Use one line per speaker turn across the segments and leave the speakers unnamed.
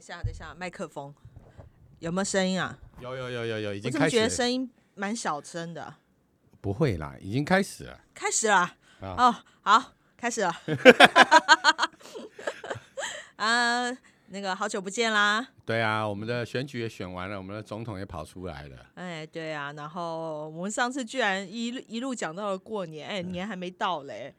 下，等一下，麦克风有没有声音啊？
有有有有有，已
我
经
怎么
开始
觉
了
得声音蛮小声的？
不会啦，已经开始了。
开始啦！
啊
哦，好，开始了。 啊，那个好久不见啦！
对啊，我们的选举也选完了，我们的总统也跑出来了。
哎，对啊，然后我们上次居然一路一路讲到了过年，哎，
嗯
年还没到嘞。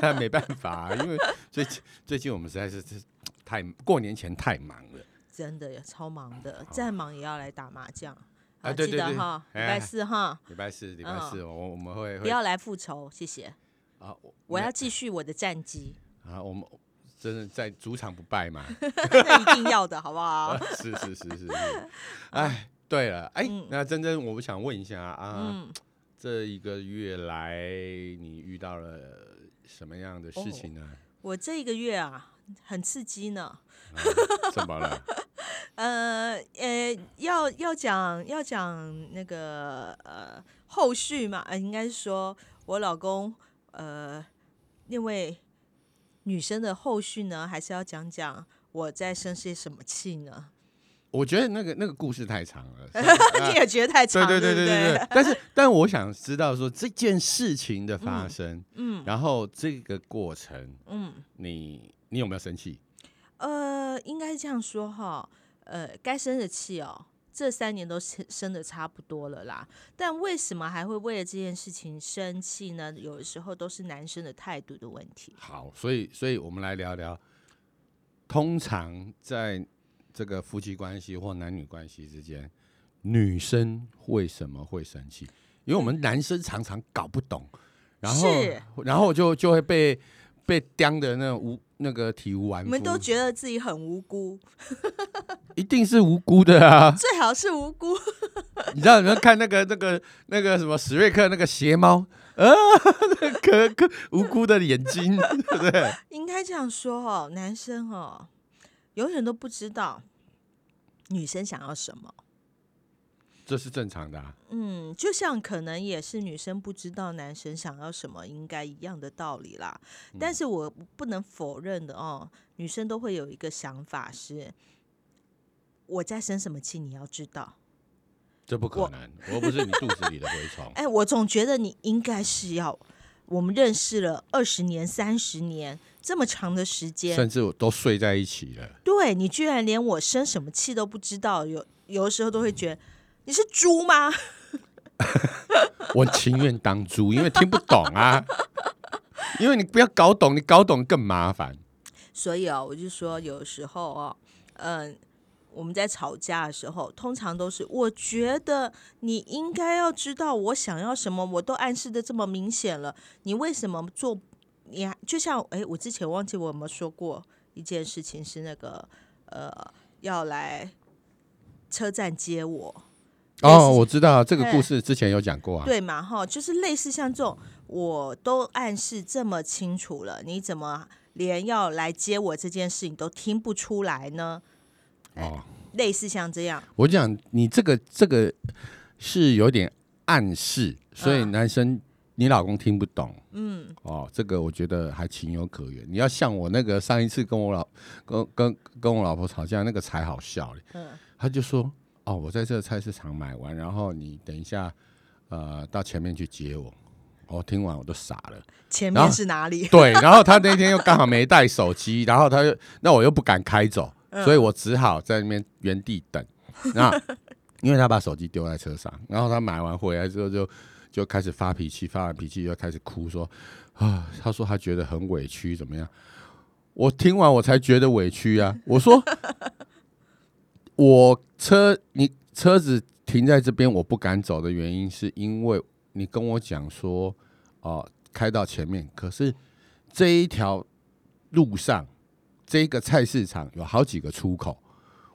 但没办法、啊因为 最近最近我们实在是是太过年前太忙了。
真的超忙的，再忙也要来打麻将
啊对
记
对
得
对
哈，礼
哦哎
拜四哈，
礼拜四，礼拜四，我我们会
嗯不
会
要来复仇，谢谢。
啊，我
我要继续我的战绩，
啊，我们真的在主场不败嘛？
这一定要的， 好不 好？
是是是是是。哎，对了，哎，那珍珍，我想问一下啊，
嗯，
这一个月来你遇到了什么样的事情呢？
我这一个月啊，很刺激呢。
啊
哦
怎么了？
呃呃，要要讲要讲那个呃后续嘛，呃，应该是说我老公呃因为女生的后续呢，还是要讲讲我在生些什么气呢？
我觉得那个那个故事太长了，所以啊
你也觉得太
对
长，
对对
不
对对对。但是，但我想知道说这件事情的发生，
嗯
然后这个过程，
嗯，
你你有没有生气？
呃，应该这样说哈，呃，该生的气哦，这三年都生生的差不多了啦。但为什么还会为了这件事情生气呢？有的时候都是男生的态度的问题。
好，所以所以我们来聊聊，通常在这个夫妻关系或男女关系之间，女生为什么会生气？因为我们男生常常搞不懂，然后
是
然后就就会被被刁的那种无那个体无完肤，
你们都觉得自己很无辜，
一定是无辜的啊！
最好是无辜。
你知道你们看那个那个那个什么史瑞克那个邪猫，呃，那个 可无辜的眼睛， 对不对？
应该这样说哦，男生哦，永远都不知道女生想要什么。
这是正常的、啊，
嗯，就像可能也是女生不知道男生想要什么，应该一样的道理啦。但是我不能否认的哦，女生都会有一个想法是，我在生什么气，你要知道。
这不可
我。
能，我又不是你肚子里的蛔虫
哎，我总觉得你应该是要，我们认识了二十年、三十年这么长的时间，
甚至我都睡在一起了，
对你居然连我生什么气都不知道，有有的时候都会觉得你是猪吗？
我情愿当猪，因为听不懂啊。因为你不要搞懂，你搞懂更麻烦。
所以啊、我就说有时候哦，嗯、我们在吵架的时候，通常都是我觉得你应该要知道我想要什么，我都暗示的这么明显了，你为什么做？你还就像诶，我之前忘记我有没有说过一件事情，是那个呃，要来车站接我，
哦，我知道这个
对
故事之前有讲过啊。
对嘛哈，就是类似像这种，我都暗示这么清楚了，你怎么连要来接我这件事情都听不出来呢？哎
哦，
类似像这样，
我讲你这个这个是有点暗示，所以男生、你老公听不懂。嗯，哦，这个我觉得还情有可原。你要像我那个上一次跟我老跟跟跟我老婆吵架那个才好笑嘞。
嗯
他就说：“哦，我在这个菜市场买完，然后你等一下，呃，到前面去接我。”我听完我都傻了。
前
然
面
后
是哪里？
对，然后他那天又刚好没带手机， 然后他又那我又不敢开走，所以我只好在那边原地等。那因为他把手机丢在车上，然后他买完回来之后就就开始发脾气，发完脾气又开始哭说啊，他说他觉得很委屈，怎么样？我听完我才觉得委屈啊！我说 我车你车子停在这边我不敢走的原因，是因为你跟我讲说哦、开到前面，可是这一条路上，这个菜市场有好几个出口，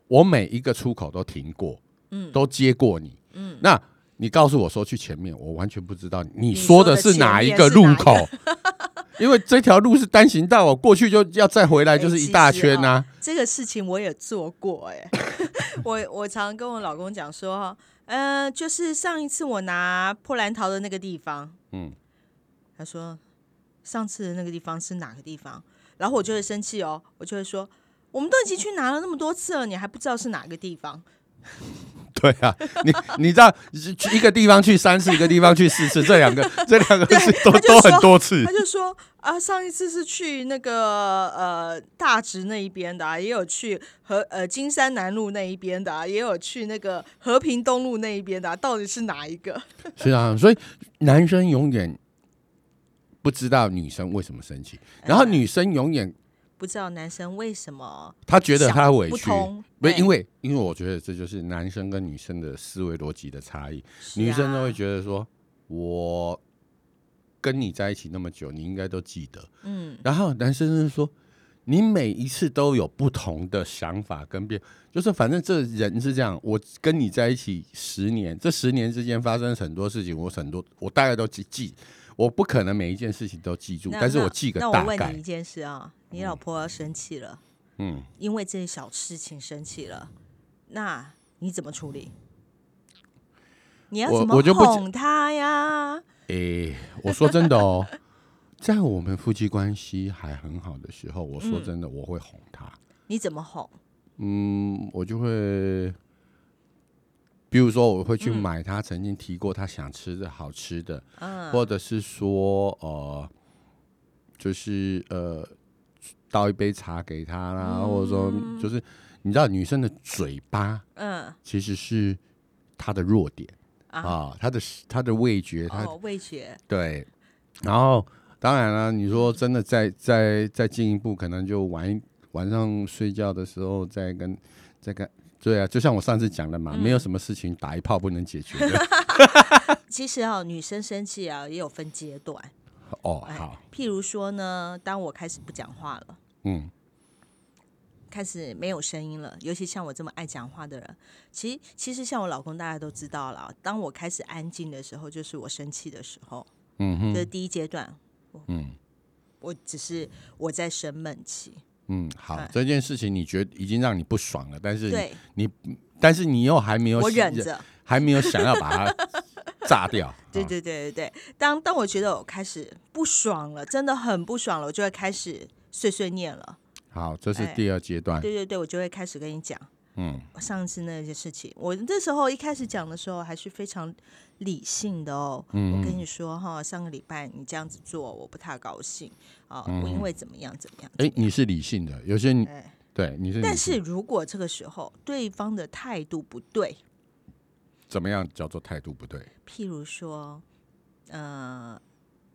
我每一个出口都停过，嗯，都接过你，嗯，那你告诉我说去前面，我完全不知道你说的是哪一个路口，因为这条路是单行道，我过去就要再回来就是一大圈啊呐、
这个事情我也做过哎、 我我常跟我老公讲说，呃，就是上一次我拿破兰桃的那个地方，
嗯，
他说上次的那个地方是哪个地方？然后我就会生气哦，我就会说，我们都已经去拿了那么多次了，你还不知道是哪个地方？
对啊，你你知道去一个地方去三次，一个地方去四次，这两个这两个是都
他就
都
说
很多次
他。就说啊，上一次是去那个呃大直那一边的、啊，也有去和呃金山南路那一边的、啊，也有去那个和平东路那一边的、啊，到底是哪一个？
是 啊，所以男生永远不知道女生为什么生气，
哎
然后女生永远
不知道男生为什么
她觉得她委
不
屈，
通，
不是
对
因为因为我觉得这就是男生跟女生的思维逻辑的差异，
是
女生都
啊
会觉得说我跟你在一起那么久，你应该都记得，
嗯，
然后男生就是说，你每一次都有不同的想法跟变，就是反正这人是这样，我跟你在一起十年，这十年之间发生很多事情，我很多我大概都记记，我不可能每一件事情都记住，
那
但是
那
我记个
那
大
我问
概
你一。件事啊，你老婆生气了，
嗯，
因为这些小事情生气了，那你怎么处理？你要
我
怎么
我就不
哄她呀？
诶、我说真的 哦，在我们夫妻关系还很好的时候，我说
嗯
真的，我会哄她。
你怎么哄？
嗯，我就会，比如说我会去买他曾经提过他想吃的好吃的，
嗯
或者是说呃，就是呃，倒一杯茶给他啦，或者说就是你知道女生的嘴巴
嗯，
其实是她的弱点
啊
啊，她的她的味觉，她
哦，味觉，
对，然后当然了，你说真的再再再进一步，可能就晚一晚上睡觉的时候再跟再跟。对啊，就像我上次讲的嘛，
嗯
没有什么事情打一炮不能解决 的。
其实啊，女生生气啊也有分阶段。
哦，
哎
好，
譬如说呢，当我开始不讲话了，
嗯，
开始没有声音了，尤其像我这么爱讲话的人，其实其实像我老公大家都知道了，当我开始安静的时候，就是我生气的时候，
嗯
哼，这是第一阶段，嗯，我只是我在生闷气，
嗯，好，这件事情你觉得已经让你不爽了，但是你
对
但是你又还没有
我忍
想
着，
还没有想要把它炸 掉。
对
啊，
对对对对，当当我觉得我开始不爽了，真的很不爽了，我就会开始碎碎念了。
好，这是
哎
第二阶段。
对对对，我就会开始跟你讲，
嗯，
我上次那些事情，我那时候一开始讲的时候还是非常理性的哦。我
嗯
跟你说哈，上个礼拜你这样子做，我不太高兴啊，我
嗯
因为怎么样怎么样。
哎，你是理性的，有些你
哎
对你是理
但
性
是
的，
如果这个时候对方的态度不对，
怎么样叫做态度不对，
譬如说，呃，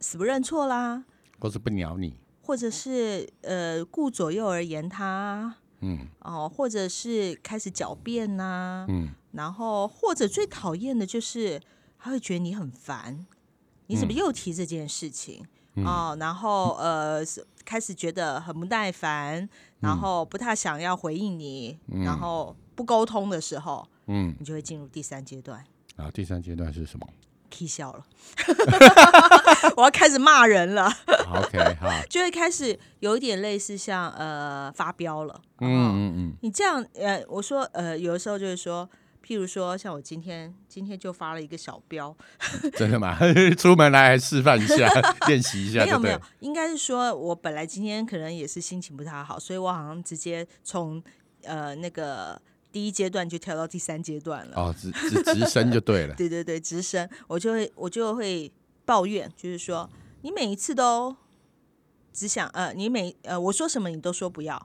死不认错啦，
或是不鸟你？
或者是呃顾左右而言他啊，
嗯
哦、或者是开始狡辩呐、
嗯，
然后或者最讨厌的就是他会觉得你很烦，你
嗯
怎么又提这件事情？哦，然后呃，是开始觉得很不耐烦，
嗯
然后不太想要回应你，然后不沟通的时候，
嗯，
你就会进入第三阶段
然后第三阶段是什么
k 笑了， 我要开始骂人了，
？OK，好，
就会开始有一点类似像呃发飙了。
嗯嗯嗯，
你这样，呃，我说，呃，有的时候就是说，譬如说，像我今天今天就发了一个小标，
嗯真的吗？ 出门来还示范一下，练习一下，
没
对
有
不
没有
对？，
应该是说我本来今天可能也是心情不太好，所以我好像直接从呃那个第一阶段就跳到第三阶段了。
哦，直直直升就对了。
对对对，直升，我就会我就会抱怨，就是说你每一次都只想呃，你每呃我说什么你都说不要，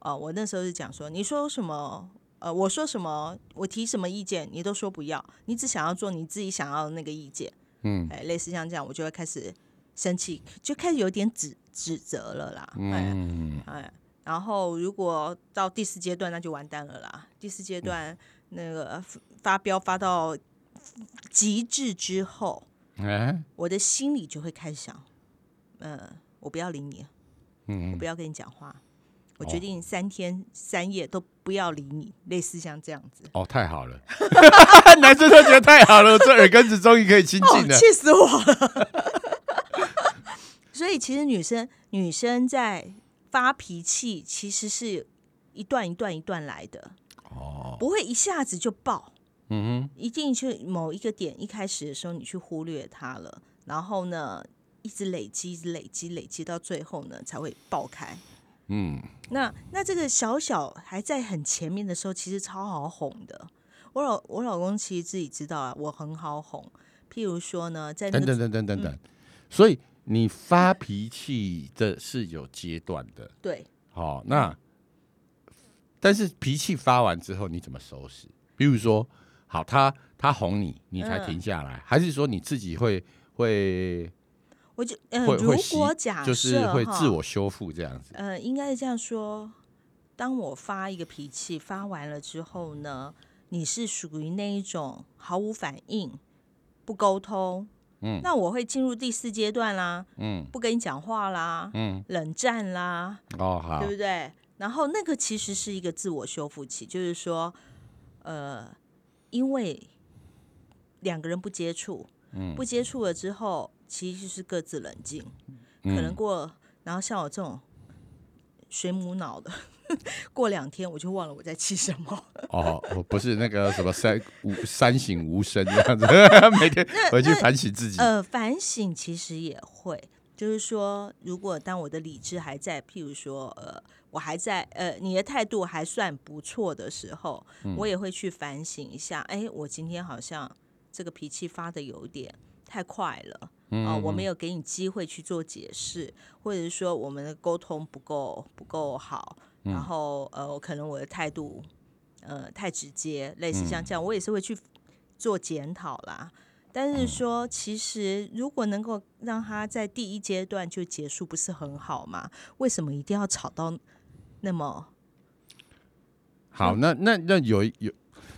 哦、我那时候是讲说你说什么呃我说什么我提什么意见你都说不要，你只想要做你自己想要的那个意见，
嗯，
哎，类似像这样，我就会开始生气，就开始有点指指责了啦，哎，
嗯，
哎，然后如果到第四阶段，那就完蛋了啦。第四
嗯
阶段那个发发飙发到极致之后，
哎，
我的心里就会开始想，嗯，我不要理你，我
嗯，
不要跟你讲话，我
哦
决定三天三夜都不要理你，类似像这样子。
哦，太 好了，男生都觉得太好了，这耳根子终于可以亲
哦
近，了。
气死我了！ 所以其实女生女生在发脾气，其实是一段一段一段来的，
哦，
不会一下子就爆。
嗯
一定去某一个点，一开始的时候你去忽略它了，然后呢，一直累积，一直累积，累积到最后呢，才会爆开。
哼，
嗯，那那这个小小还在很前面的时候，其实超好哄的。我老我老公其实自己知道啊，我很好哄。譬如说呢，在哎那嗯
等
个
等等等等等。所以你发脾气这是有阶段的，
对
好、那但是脾气发完之后你怎么收拾？比如说，好，他他哄你，你才
嗯
停下来，还是说你自己会会
我就嗯、
会
如
会习
果假设
就是会
哈
自我修复这样子？
呃，应该是这样说：当我发一个脾气，发完了之后呢，你是属于那一种毫无反应、不沟通，嗯，那我会进入第四阶段啦，嗯，不跟你讲话啦，嗯，冷战啦，
哦，好
对，不对？然后那个其实是一个自我修复期，就是说，呃，因为两个人不接触，不接触了之后，其实是各自冷静，可能过，然后像我这种水母脑的， 过两天我就忘了我在气什么。
哦，我不是那个什么三无三省吾身这样子， 每天回去反省自己。
呃，反省其实也会，就是说，如果当我的理智还在，譬如说，呃，我还在，呃，你的态度还算不错的时候，
嗯
我也会去反省一下，哎，我今天好像这个脾气发的有点太快了。
嗯
啊、我没有给你机会去做解释，或者是说我们的沟通不够不够好，
嗯
然后呃，我可能我的态度呃太直接，类似
嗯
像这样，我也是会去做检讨啦。但
嗯
是说，其实如果能够让他在第一阶段就结束，不是很好吗？为什么一定要吵到那么？
好，
嗯
那那那有有，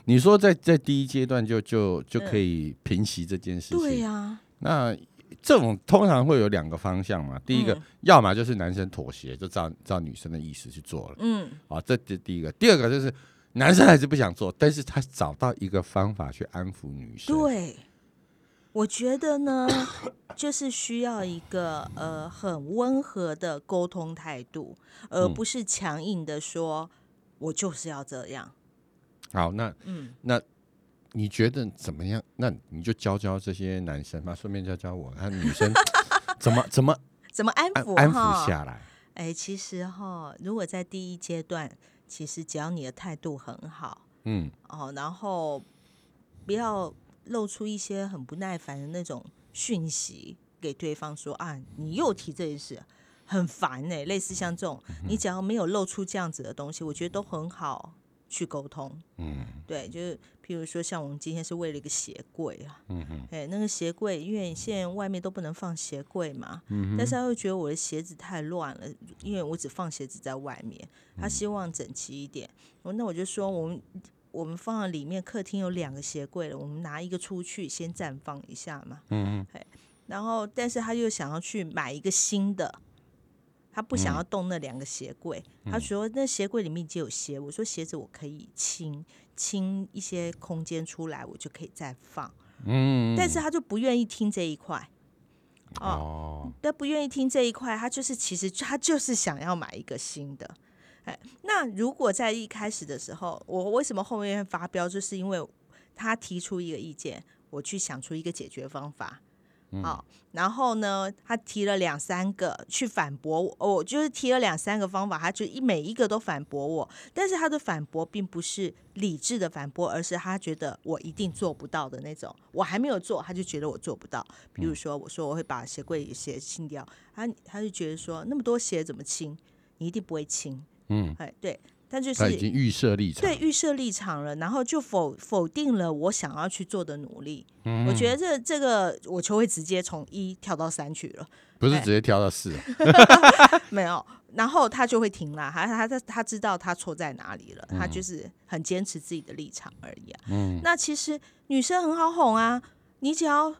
你说在在第一阶段就就就可以平息这件事
嗯
情。
对呀、
那这种通常会有两个方向嘛，第一
嗯
个，要么就是男生妥协，就照照女生的意思去做了，
嗯，
啊，这这第一个。第二个就是男生还是不想做，但是他找到一个方法去安抚女生。
对。我觉得呢，就是需要一个呃很温和的沟通态度，而
嗯
不是强硬的说“我就是要这样
好，那
嗯
那你觉得怎么样？那你就教教这些男生嘛，顺便教教我，看女 生怎么怎么”，
怎么安
安
抚
安
哈
抚下来。
哎，其实哈，如果在第一阶段，其实只要你的态度很好
嗯，
哦，然后不要露出一些很不耐烦的那种讯息给对方说啊，你又提这件事，很烦呢、类似像这种，你只要没有露出这样子的东西，我觉得都很好去沟通。嗯，对，就是譬如说，像我们今天是为了一个鞋柜啊，嗯哎，那个鞋柜，因为现在外面都不能放鞋柜嘛，嗯，但是他会觉得我的鞋子太乱了，因为我只放鞋子在外面，他希望整齐一点。我那我就说我们。我们放了里面，客厅有两个鞋柜了，我们拿一个出去先暂放一下嘛。嗯嗯。然后，但是他又想要去买一个新的，他不想要动那两个鞋柜，他说那鞋柜里面已经有鞋，我说鞋子我可以清清一些空间出来，我就可以再放。嗯，但是他就不愿意听这一块，
哦，
但不愿意听这一块，他就是其实他就是想要买一个新的。哎，那如果在一开始的时候，我为什么后面会发飙，就是因为他提出一个意见，我去想出一个解决方法。
嗯
好、然后呢，他提了两三个去反驳我，哦我、就是提了两三个方法，他就一每一个都反驳我，但是他的反驳并不是理智的反驳，而是他觉得我一定做不到的那种，我还没有做，他就觉得我做不到。比
嗯
如说，我说我会把鞋柜里鞋清掉，他他就觉得说那么多鞋怎么清？你一定不会清。嗯，哎，对，但就是
他已经预设立场。
对预设立场了，然后就否否定了我想要去做的努力。
嗯
我觉得这这个我就会直接从一跳到三去了，
不是
哎
直接挑到四，啊
没有，然后他就会停了，他他他他知道他错在哪里了，他就是很坚持自己的立场而已啊。那其实女生很好哄啊，你只要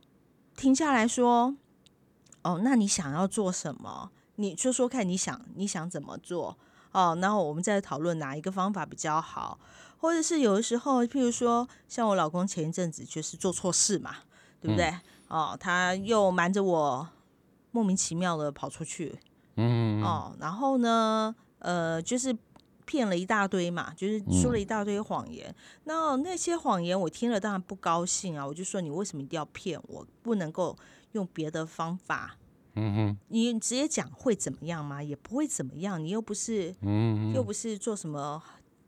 停下来说，哦，那你想要做什么？你说说看，你想你想怎么做？哦，然后我们再讨论哪一个方法比较好，或者是有的时候，譬如说，像我老公前一阵子就是做错事嘛，对不对？哦，他又瞒着我，莫名其妙的跑出去，嗯哦，然后呢，呃，就是骗了一大堆嘛，就是说了一大堆谎言。那那些谎言我听了当然不高兴啊，我就说你为什么一定要骗我？不能够用别的方法嗯哼，你直接讲会怎么样吗？也不会怎么样，你又不是，嗯，又不是做什么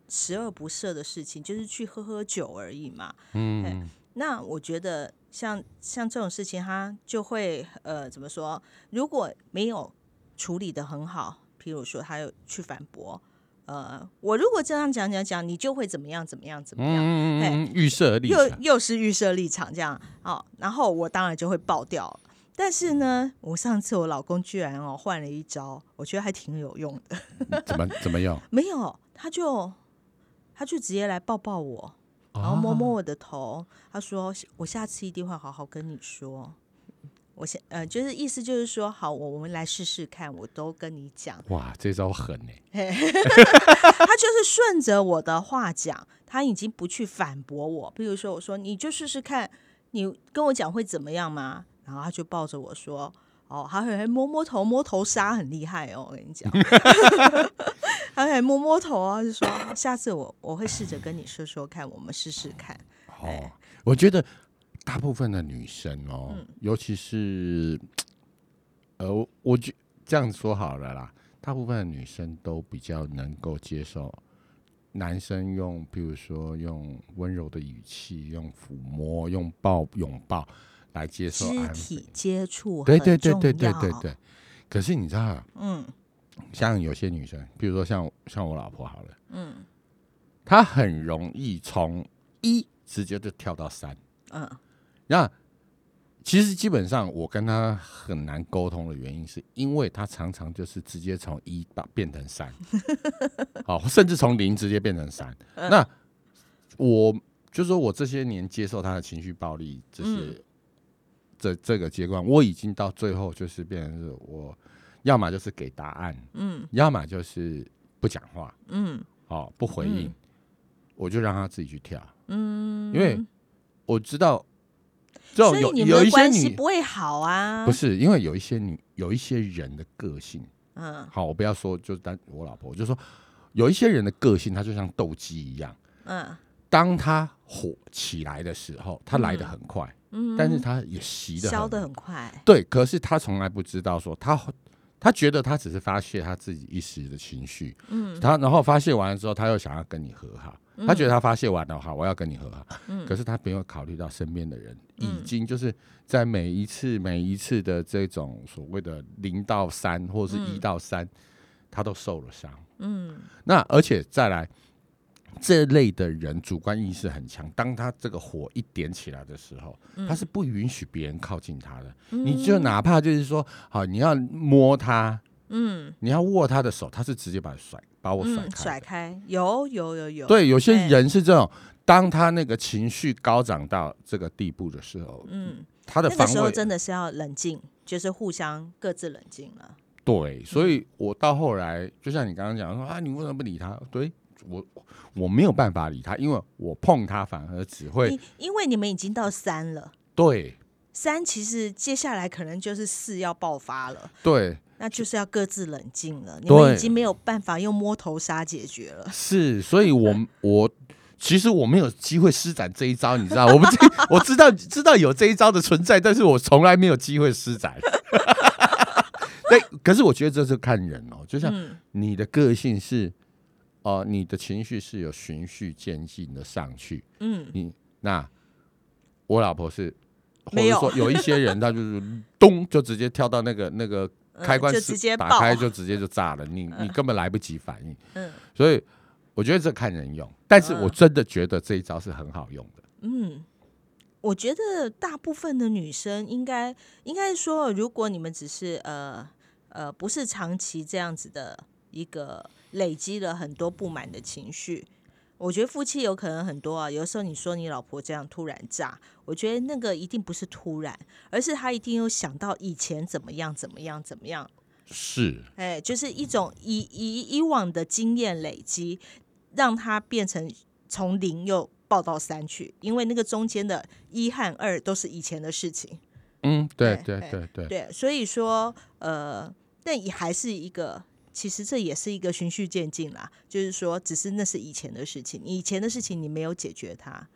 十恶不赦的事情，就是去喝喝酒而已嘛。
嗯，
那我觉得像像这种事情，他就会呃怎么说？如果没有处理的很好，譬如说他有去反驳，呃，我如果这样讲讲讲，你就会怎么样怎么样怎么样，
嗯嗯，预设立
又
场，
又是预设立场这样哦，然后我当然就会爆掉了。但是呢，我上次我老公居然哦换了一招，我觉得还挺有用的。
怎么怎么样？
没有，他就他就直接来抱抱我，然后摸摸
哦
我的头，他说：“我下次一定会好好跟你说。”我现呃，就是意思就是说，好，我我们来试试看，我都跟你讲。
哇，这招狠欸呢、
他就是顺着我的话讲，他已经不去反驳我。比如说，我说你就试试看，你跟我讲会怎么样吗？然后他就抱着我说，哦，他还摸摸头，摸头杀很厉害哦，我跟你讲， 他还摸摸头啊，就说下次我我会试着跟你说说看，我们试试看。
哦，我觉得大部分的女生哦，尤其是呃，我我觉这样说好了啦，大部分的女生都比较能够接受男生用，比如说用温柔的语气、用抚摸、用抱、拥抱来接受
肢
安抚
体。接触
对
很重
对
要，
对对对对对。可是你知道，啊
嗯
像有些女生，比如说像像我老婆好了，
嗯
她很容易从一直接就跳到三。
嗯
那其实基本上我跟他很难沟通的原因，是因为他常常就是直接从一到变 成三，好，甚至从零直接变成三。
嗯
那我就说我这些年接受他的情绪暴力，这些、
嗯
这这个阶段，我已经到最后就是变成是我要么就是给答案，
嗯
要么就是不讲话，
嗯
哦，不回应，我就让他自己去跳，
嗯，
因为我知道。这
所
种
以
有
你们
有
的
一些
关系
女
不会好啊，
不是，因为有一些女，有一些人的个性，
嗯
好，我不要说，就是单我老婆，我就说有一些人的个性，他就像斗鸡一样，
嗯
当他火起来的时候，他来的很快，
嗯，
但是他也熄的
消
很
的很快，
对，可是他从来不知道说他。他觉得他只是发泄他自己一时的情绪，嗯，他然后发泄完了之后，他又想要跟你和好，
嗯
他觉得他发泄完了，好，我要跟你和好，嗯，可是他没有考虑到身边的人、
嗯
已经就是在每一次每一次的这种所谓的零到三或是一到三、他都受了伤，
嗯
那而且再来，这类的人主观意识很强，当他这个火一点起来的时候，
嗯
他是不允许别人靠近他的。你就哪怕就是说，好，你要摸他，
嗯
你要握他的手，他是直接把甩把我甩
嗯，
开
甩
的。
开，有有有有，
对，有些
对
人是这种，当他那个情绪高涨到这个地步的时候，
嗯，
他的
那个
防
时候
卫
真的是要冷静，就是互相各自冷静了，
对，所
嗯
以我到后来，就像你刚刚讲说啊，你为什么不理他？对我，我没有办法理他，因为我碰他反而只会
因因为你们已经到三了，
对
三其实接下来可能就是四要爆发了，
对，
那就是要各自冷静了，你
对
们已经没有办法用摸头杀解决 了，
是，所以我我其实我没有机会施展这一招，你知道，我不知 我知道知道有这一招的存在，但是我从来没有机会施展。 对，可是我觉得这是看人哦，就像
嗯
你的个性是，呃，你的情绪是有循序渐进的上去。
嗯
你那我老婆是，或
没
者
有
说有一些人，他就是咚就直接跳到那个那个
嗯
开关
就
是
直接
打
爆
开就直接就炸了，你你根本来不及反应。
嗯
所以我觉得这看人用，但是
嗯
我真的觉得这一招是很好用的。
嗯。我觉得大部分的女生应该应该说，如果你们只是呃呃不是长期这样子的一个累积了很多不满的情绪，我觉得夫妻有可能很多啊。有时候你说你老婆这样突然炸，我觉得那个一定不是突然，而是她一定有想到以前怎么样怎么样怎么样，
是，
哎，就是一种以以以往的经验累积，让它变成从零又报到三去，因为那个中间的一和二都是以前的事情。
嗯，对
对
对对对，
对，所以说，呃，但也还是一个，其实这也是一个循序渐进啦。就是说，只是那是以前的事情，以前的事情你没有解决它，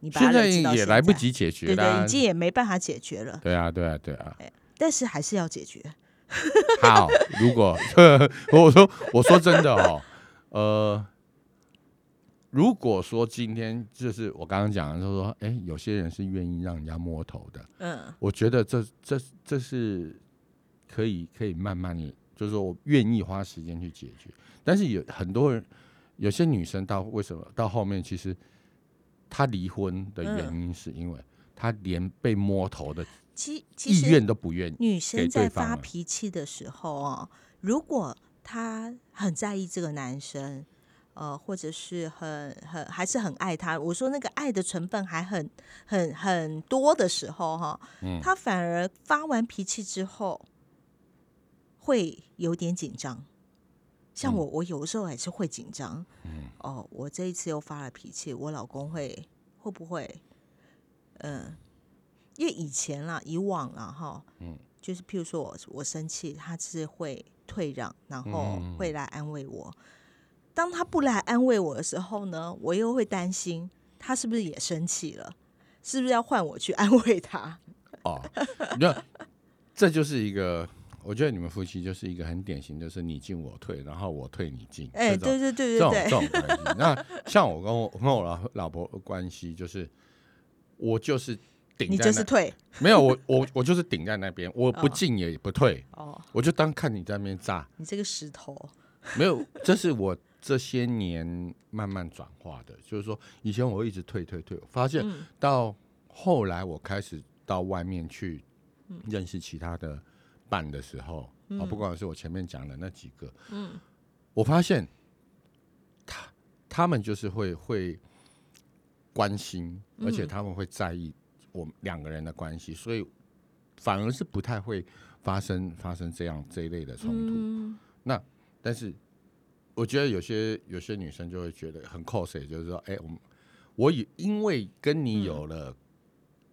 你把它
现在
累积到
也
现
来不
在，
及解决
对对，
啦
已。经也没办法解决了。
对啊，对啊，对啊。
但是还是要解决。
好，如果我说我说真的哦，呃，如果说今天就是我刚刚讲的，就是说，哎、有些人是愿意让人家摸头的，
嗯
我觉得这这这是可以可以慢慢的，就是说我愿意花时间去解决。但是有很多人，有些女生到为什么到后面，其实她离婚的
嗯
原因是因为她连被摸头的
其其
意
实
愿都不愿意。
女生
给对
在
方
发
了
脾气的时候哦，如果她很在意这个男生，呃，或者是很很还是很爱他，我说那个爱的成分还很很很多的时候哈、
嗯
她反而发完脾气之后会有点紧张。像
嗯
我，我有的时候还是会紧张。嗯，哦，我这一次又发了脾气，我老公会会不会？嗯、因为以前啦，以往啦，哈，就是譬如说我我生气，他是会退让，然后
嗯
会来安慰我。当他不来安慰我的时候呢，我又会担心他是不是也生气了，是不是要换我去安慰他？
哦，那这就是一个，我觉得你们夫妻就是一个很典型，就是你进我退，然后我退你进，
哎、
这种
对对对
这种
对
这
对，
种关系。那像我跟我跟我老老婆的关系，就是我就是
你
顶在
就是
那，
退
没有我我我就是顶在那边，我不
哦
进也不退，
哦，
我就当看你在那边炸。
你这个石头，
没有，这是我这些年慢慢转化的，就是说以前我一直退退退，我发现到后来我开始到外面去认识其他的伴的时候，啊，不管是我前面讲的那几个，嗯，我发现他他们就是会会关心，而且他们会在意我们两个人的关系，所以反而是不太会发生发生这样这一类的冲突。
嗯，
但是我觉得有些有些女生就会觉得很 cos，也就是说，哎、我们我也因为跟你有了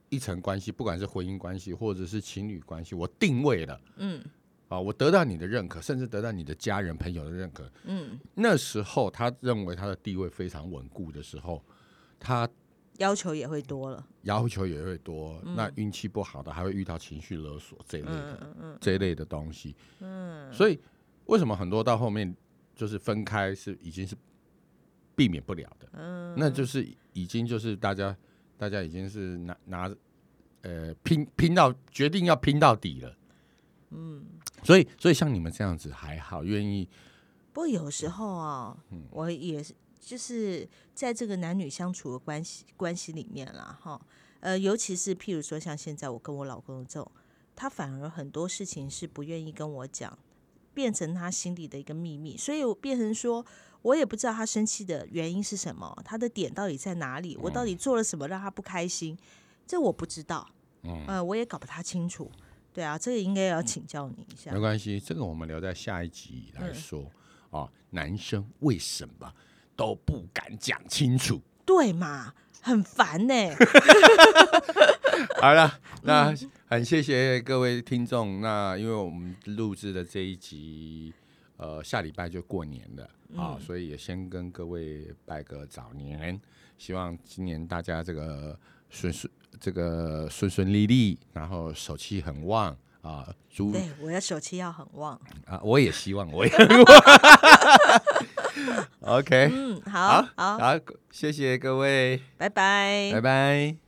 一层关系，不管是婚姻关系或者是情侣关系，我定位了，嗯，啊，我得到你的认可，甚至得到你的家人朋友的认可，嗯，那时候她认为她的地位非常稳固的时候，她
要求也会多了，
要求也会多，那运气不好的还会遇到情绪勒索这一类的、这一类的东西。嗯，所以为什么很多到后面就是分开是已经是避免不了的？嗯，那就是已经就是大家大家已经是拿拿呃拼拼到决定要拼到底了。嗯，所以所以像你们这样子还好，愿意
不过有时候啊、我也是，就是在这个男女相处的关系关系里面啦，哈，呃，尤其是譬如说像现在我跟我老公的这种，他反而很多事情是不愿意跟我讲，变成他心里的一个秘密，所以我变成说。我也不知道他生气的原因是什么，他的点到底在哪里？我到底做了什么让他不开心？这我不知道，嗯、呃，我也搞不太清楚。对啊，这个应该要请教你一下
没。关系，这个我们留在下一集来说啊。男生为什么都不敢讲清楚？
对嘛，很烦呢、
好了，
嗯
那很谢谢各位听众。那因为我们录制的这一集，呃，下礼拜就过年了
嗯
啊，所以也先跟各位拜个早年，希望今年大家这个顺顺这个顺顺利利，然后手气很旺啊，诸
对，我的手气要很旺。
啊，我也希望， 我也 OK，
嗯，好，好，
好，谢谢各位，
拜拜嗯
拜。拜。